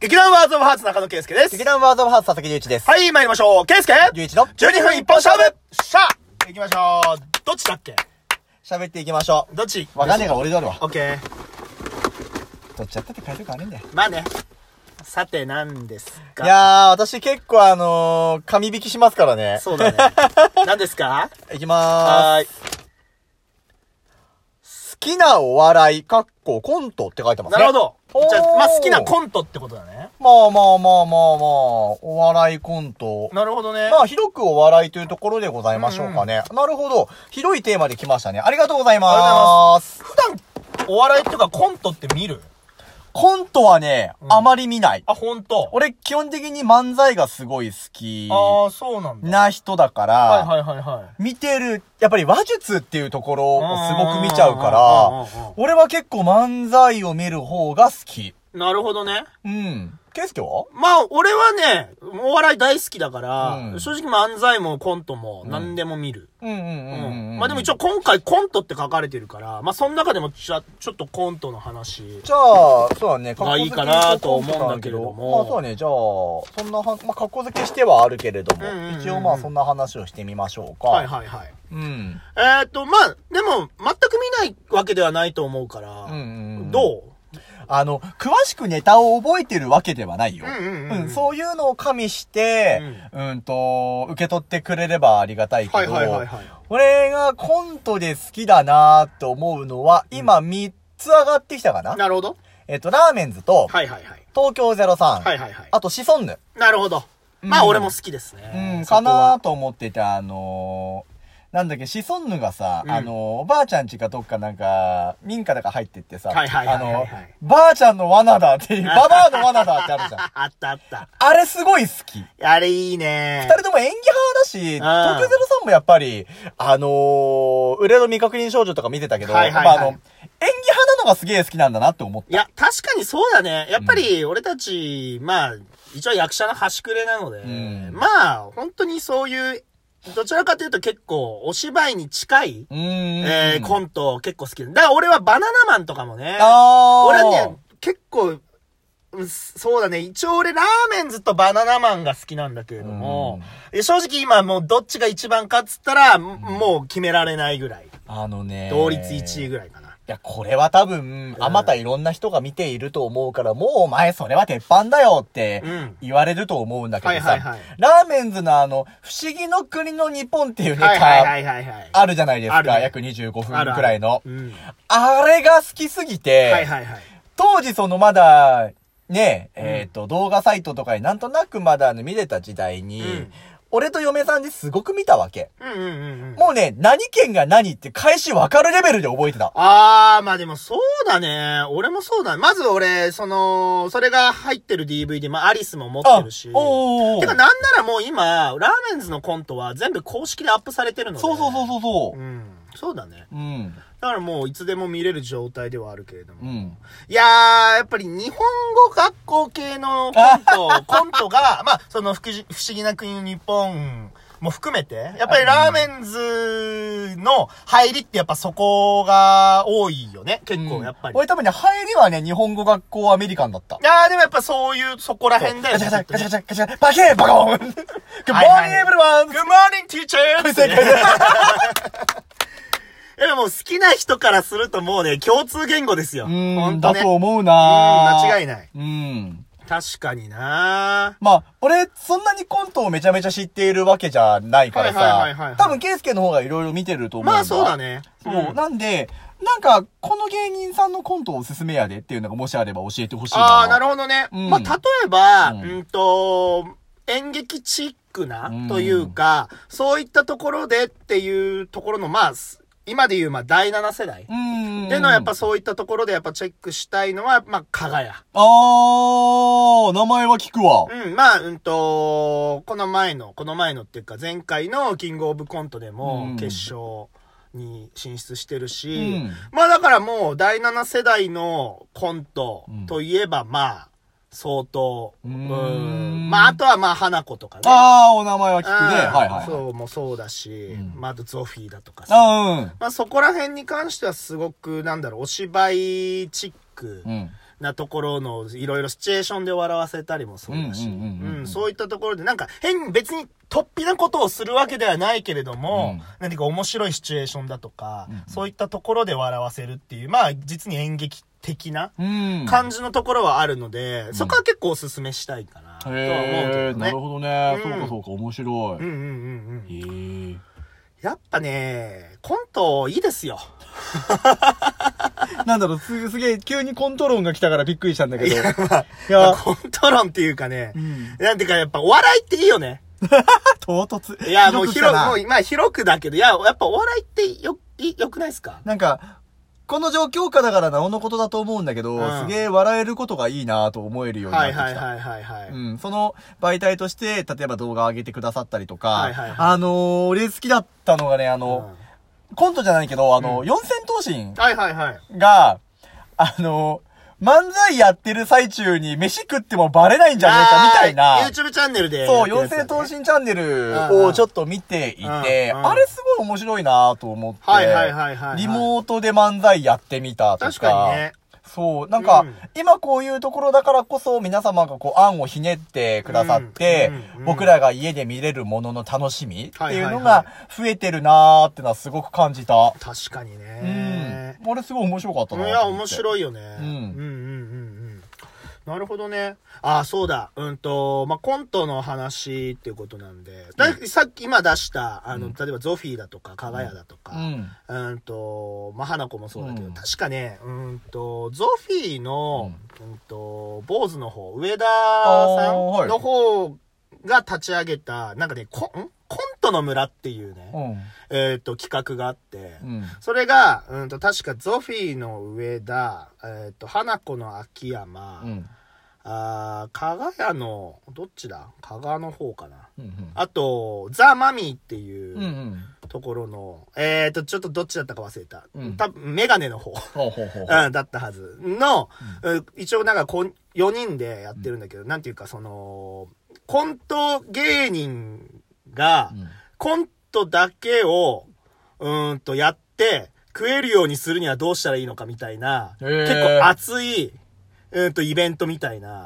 劇団ワーズオブハーツ中野圭介です。劇団ワードオブハーツ佐々木隆一です。はい、参りましょう。圭介隆一 !12 の分一本勝負しゃ行きましょう。どっちだっけ喋っていきましょどっちう。わかんねえが俺だろ。オッケー。どっちやったって変えるかねえんだよ。まあね。さて、何ですいかやー、私結構あのー、紙引きしますからね。そう だね。何ですかいきまーい。す。好きなお笑い、かっこコントって書いてますなね。るほど。じゃあ、まあおー好きなコントってことだね。まあまあまあまあまあ、お笑いコント。なるほどね。まあ、広くお笑いというところでございましょうかね。なるほど。広いテーマで来ましたね。ありがとうございます。普段、お笑いっていうかコントって見るコントはね、うんあまり見ない。あ、ほんと。俺、基本的に漫才がすごい好きああ、そうなんだ。な人だから、はいはいはいはい。見てる、やっぱり話術っていうところをすごく見ちゃうかうんうんうんうんうんら、俺は結構漫才を見る方が好き。なるほどね。うん。ケースケはまあ、俺はね、お笑い大好きだから、うん正直漫才もコントも何でも見る。うんうんううんんうん。まあでも一応今回コントって書かれてるから、まあその中でもちょちょっとコントの話。じゃあ、そうだね、まあいいかなと思うんだけれどもまあそうだね、じゃあ、そんなは、まあ、格好付けしてはあるけれども、うんうんうんうん一応まあそんな話をしてみましょうか。はいはいはい。うん。えー、っと、まあ、でも全く見ないわけではないと思うから、うんうんうんどあの、詳しくネタを覚えてるわけではないよ。うんうんうんうんそういうのを加味して、うん、と、受け取ってくれればありがたいうけど、はいはいはいはい。俺がコントで好きだなと思うのは、今3つ上がってきたかな、なるほど。えっと、ラーメンズと、はいはいはい。東京03、はいはいはい。あとシソンヌ。なるほど。まあうん俺も好きですね。うん、そかこはなと思ってて、あのー、なんだっけ、シソンヌがさ、うんあのー、おばあちゃんちかどっかなんか、民家だか入ってってさ、はいはいはいあはいはのいー、ばあちゃんの罠だっていう、ババアの罠だってあるじゃん。ああったあった。あれすごい好き。二あれいいね。人とも演技派だし、東京ゼロさんもやっぱり、あのー、裏の未確認少女とか見てたけど、はいはいはいやっぱあの、演技派なのがすげえ好きなんだなって思った。いや、確かにそうだね。やっぱり、俺たち、まあ、一応役者の端くれなので、んまあ、本当にそういう、どちらかというと結構、お芝居に近い、うーん。えーコント結構好きだ。だから俺はバナナマンとかもね、あー。俺はね、結構、うんそうだね。一応俺、ラーメンズとバナナマンが好きなんだけれども、え正直今もうどっちが一番かっつったら、もう決められないぐらい。あのね、同率1位ぐらいかな。いや、これは多分、あまたいろんな人が見ていると思うから、もうお前それは鉄板だよってうん言われると思うんだけどさ、はいはいはいラーメンズのあの、不思議の国の日本っていうネはいはいはタ、いはいはい。あるじゃないですあるか、ね約25分あるあるくらいの。うんあれが好きすぎて、はいはいはい。当時そのまだ、ね、んえっ、と、動画サイトとかになんとなくまだあの見れた時代に、うん俺と嫁さんですごく見たわけ。うんうんうんうん。もうね、何県が何って返し分かるレベルで覚えてた。あー、まあでもそうだね。俺もそうだね。まず俺、その、それが入ってる DVD、まあアリスも持ってるし。あおーおーおーてかなんならもう今、ラーメンズのコントは全部公式でアップされてるので。。そうそうそうそうそうん。そうだね。う。うん。だからもういつでも見れる状態ではあるけれども。うん。いやー、やっぱり日本語学校系のコン ト、コントが、まあ、その不思議不思議な国の日本も含めて、やっぱりラーメンズの入りってやっぱそこが多いよね、結構やっぱり。俺多分ね、入りはね、日本語学校アメリカンだった。いやー、でもやっぱそういう、そこら辺だよガね。チちょャガっチとャガチねャガチャガチャ、バケーバカボン !Good Good morning everyone! morning, teacher! 正解だ いや、でも好きな人からするともうね、共通言語ですよ。ほうんん、とだね。とうん思うな間違い。いない。うん。確かになまあ、俺、そんなにコントをめちゃめちゃ知っているわけじゃないからはいはいはいはいはさい、多分、ケイスケの方がいろいろ見てると思うんだ。まあそうだ。ね。そう。なんで、なんか、この芸人さんのコントおすすめやでっていうのがもしあれば教えてほしいな。ああ、なるるほどね。うんまあ、例えば、ううんん、と、演劇チックなうんというか、そういったところでっていうところの、まあ、す今でいう、まあ、第7世代。うん。での、やっぱ、そういったところでやっぱチェックしたいのは、まあ、加賀屋。あー、名前は聞くわ。うん、まあ、うんと、この前の、この前のっていうか、前回のキングオブコントでうもん、決勝に進出してるし、うんまあだからもう、第7世代のコントといえば、まあ、相当、うーんまあ、あとはまあ、花子とかね。あー、お名前は聞くね。うんはいはい。そうもそうだし、うんまあ、あとゾフィーだとかさ。あまあ、そこら辺に関してはすごく、なんだろう、お芝居チック。うん。うん。なところの、いろいろシチュエーションで笑わせたりもそうだし、うんうんうんうんうんそういったところで、なんか変に別に突飛なことをするわけではないけれども、うん何か面白いシチュエーションだとか、うんうんそういったところで笑わせるっていう、まあ実に演劇的なうん。感じのところはあるので、そこは結構おすすめしたいかな、とは思うへけえ、どなねる。ほどね。うんそうかそうか、面白うんうんうんうん。い。へえ。やっぱね、コントいいですよ。なんだろう、す、すげえ、急にコントロンが来たからびっくりしたんだ けど。いや、まあコント論っていうかね、んなんていうかやっぱお笑いっていいよね。 唐突。いや、もう広く、もなう、まあ広くだけど、いや、やっぱお笑いってよ、いよくないですかなんか、この状況下だからなおのことだと思うんだけど、うんすげえ笑えることがいいなと思えるようになっはていきた。はいはいはいはい。うん、その媒体として、例えば動画上げてくださったりとか、はいはいはいあのー、俺好きだったのがね、あの、コントじゃないけど、あの、う四千頭身はいはいはい。が、あのー、漫才やってる最中に飯食ってもバレないんじゃねえかみたいあーな。YouTube チャンネルで、そやう、って四るやつだ千頭ね身チャンネルをちょっと見ていて、うんうんあれすごい面白いなと思って、はいはいはいはいはいリモートで漫才やってみたとか。確かにね。そう、なんか、うん今こういうところだからこそ皆様がこう案をひねってくださって、うんうん僕らが家で見れるものの楽しみっていうのはいはいが増えてるなーってのはすごく感じた。確かにね。うん。あれすごい面白かったいなや、面い。白いよね。うんうんうんうんうん。なるほどね。ああ、そうだ。うんと、まあ、コントの話っていうことなんで、ださっき今出した、あの、うん例えばゾフィーだとか、かがやだとうか、ん。うん、と、まあ、花子もそうだけど、うん確かね、うんと、ゾフィーの、うん、と、坊主の方、上田さあーはんいの方が立ち上げた、なんかね、コン、コントの村っていうね、うん。えっ、と、企画があって、うん。それが、うんと、確かゾフィーの上田、えっ、と、花子の秋山、うん。あー加賀屋の、どっちだ加賀の方かな。うん。あと、ザ・マミーっていううん。う。うんところの、えっ、と、ちょっとどっちだったか忘れた。うん多分、メガネの方、ほうほうほうほう。うん、だったはず。の、うん一応なんかこん、4人でやってるんだけど、なんていうか、その、コント芸人が、うんコントだけを、うーんとやって、食えるようにするにはどうしたらいいのかみたいな、へ結ー構熱い、うーんとイベントみたいうんな、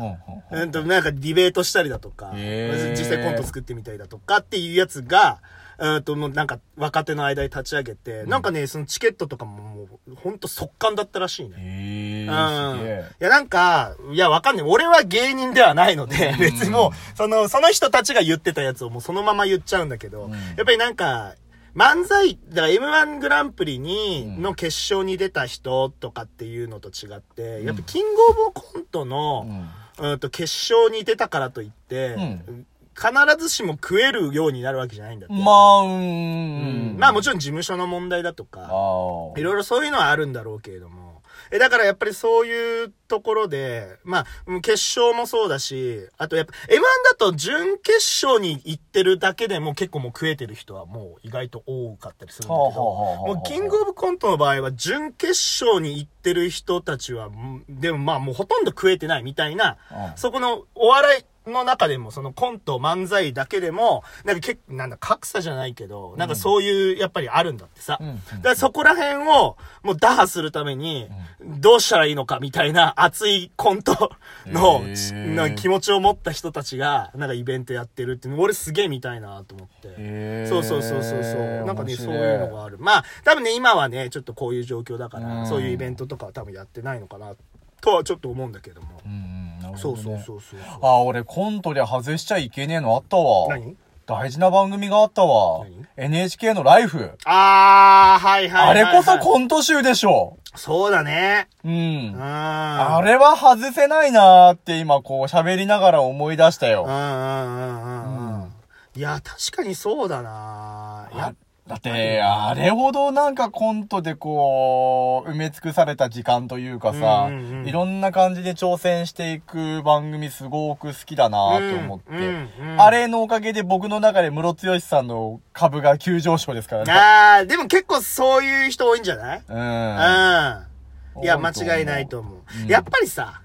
うーんとなんかディベートしたりだとか、へー実際コント作ってみたりだとかっていうやつが、うーんともうなんか若手の間に立ち上げて、なんかね、そのチケットとかももうほんと速乾だったらしいね。へえうんすげえ。いや、なんか、いや、わかんない。俺は芸人ではないので、別にもう、その、その人たちが言ってたやつをもうそのまま言っちゃうんだけど、うんやっぱりなんか、漫才、だから M1 グランプリに、うんの決勝に出た人とかっていうのと違って、んやっぱキングオブコントうの、んうんと決勝に出たからといって、うん必ずしも食えるようになるわけじゃないんだって。まあ、ううんん。まあもちちろん事務所の問題だとか、ろいろいろそういうのはあるんだろうけれども。え、だからやっぱりそういうところで、まあ、うん決勝もそうだし、あとやっぱ、M1 だと準決勝に行ってるだけでも結構もう食えてる人はもう意外と多かったりするんだけど、はあはあはあはあもうキングオブコントの場合は準決勝に行ってる人たちは、うんでもまあもうほとんど食えてないみたいな、うんそこのお笑いの中でも、そのコント、漫才だけでも、なんか結構、なんだ、格差じゃないけど、なんかそういう、やっぱりあるんだってさ。うんうんだからそこら辺を、もう打破するために、どうしたらいいのかみたいな熱いコントのへ、ーちなんか気持ちを持った人たちが、なんかイベントやってるっていうの、俺すげえ見たいなと思って。へーそうそうそうそうそう。なんかね、面白そういうのがある。まあ、多分ね、今はね、ちょっとこういう状況だから、うんそういうイベントとかは多分やってないのかな、とはちょっと思うんだけども。うんうんなるそほどうねそうそうそうそう。あ俺コントで外しちゃいけねえのあったわ何大事な番組があったわ何 NHK の「ライフあー、はいはいあはい、れはい。こそコント集でしょそうだね。ううんん。ああれは外せないなーって今こう喋りながら思い出したうんようんうんうんううんん。いや、確かにそうだなやあだってあれほどなんかコントでこう埋め尽くされた時間というかさうんうんうんいろんな感じで挑戦していく番組すごく好きだなーと思って、うんうんうんあれのおかげで僕の中でムロツヨシさんの株が急上昇ですからね。あー、でも結構そういう人多いんじゃないうん。うん。いや、間違いないと思うう。んやっぱりさ、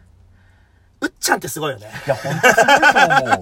うっちゃんってすごいよね。いや、本当すごいと思う。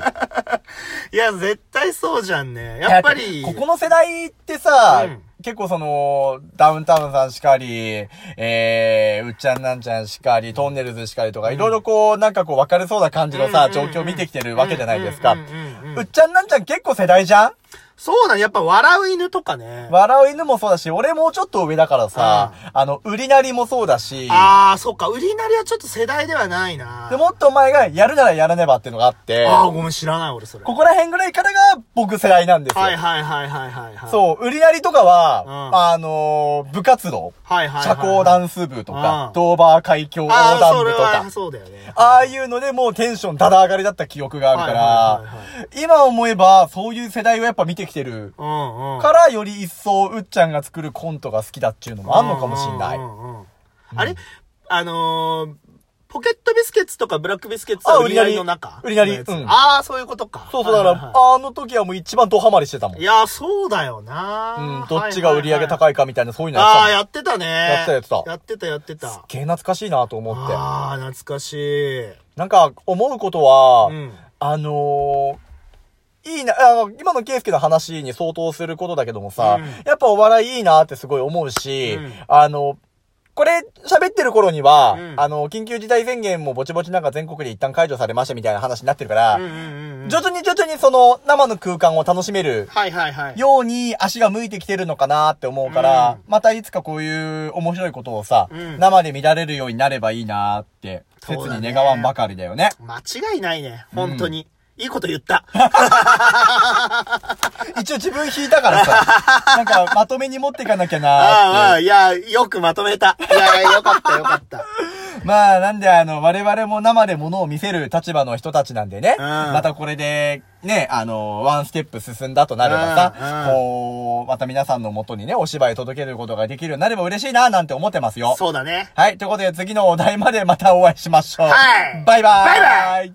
いや、絶対そうじゃんね。やっぱり。ここの世代ってさ、うん結構その、ダウンタウンさんしかり、えー、うっちゃんなんちゃんしかり、トンネルズしかりとか、いろいろこう、なんかこう、分かれそうな感じのさ、状況を見てきてるわけじゃないですか。うんうんうんうんうっちゃんなんちゃん結構世代じゃんそうだね。やっぱ笑う犬とかね。笑う犬もそうだし、俺もちょっと上だからさ、あの、売りなりもそうだし、ああ、そっか。売りなりはちょっと世代ではないな。で、もっと前がやるならやらねばっていうのがあって、ああ、ごめん、知らない、俺、それ。ここら辺ぐらいからが僕世代なんですよ。はいはいはいはいはいはい。う。そう、売りなりとかは、うんあのー部活動、はいはいはい。社交ダンス部とかう、んドーバー海峡横ああ、断そ部れとかは、、そうだよね。ああいうのでもうテンションダダ上がりだった記憶があるから、はいはいはい今思えばそういう世代をやっぱ見てきてるうんうん。から、より一層うっちゃんが作るコントが好きだっていうのもあんのかもしんない。ううんうんうんあれあのー、ポケットビスケッツとかブラックビスケッツあは売売りりななりりの中売りなりのやつうんああ、そういうことか。そうそう、だから、はいはいはあの時はもう一番ドハマりしてたもん。いいやー、そうだよなうん、どっちが売り上げい高いかみたいな、そういうのやああー、ってやってたね。やってたやってたやってたやってたもん。すたっ。げえ懐かしいなと思って。ああ、懐かしい。なんか、思うことは、うん。あのー、いいな、あの、今のケイスケの話に相当することだけどもさ、うんやっぱお笑いいいなってすごい思うし、うんあの、これ、喋ってる頃には、うんあの、緊急事態宣言もぼちぼちなんか全国で一旦解除されましたみたいな話になってるから、うんうんうん。徐々に徐々にその生の空間を楽しめるはいはいはい。ように足が向いてきてるのかなって思うから、またいつかこういう面白いことをさ、うん生で見られるようになればいいなって、切そうだにね願わんばかりだよね。間違いないね。本当に。いいこと言 った。 一応自分引いたからさ、 なんかまとめに持っていかなきゃあーなーあっー、いや、よくまとめた。いやいや、よかったよかった。て。まあなんであの、我々も生で物を見せる立場の人たちなんでね、うんまたこれで、ね、あの、ワンステップ進んだとなればさ、うんうんこう、また皆さんの元にね、お芝居届けることができるようになれば嬉しいななんて思ってますよ。そうだね。はい、ということで次のお題までまたお会いしましょう。はいバイバーイバイバイ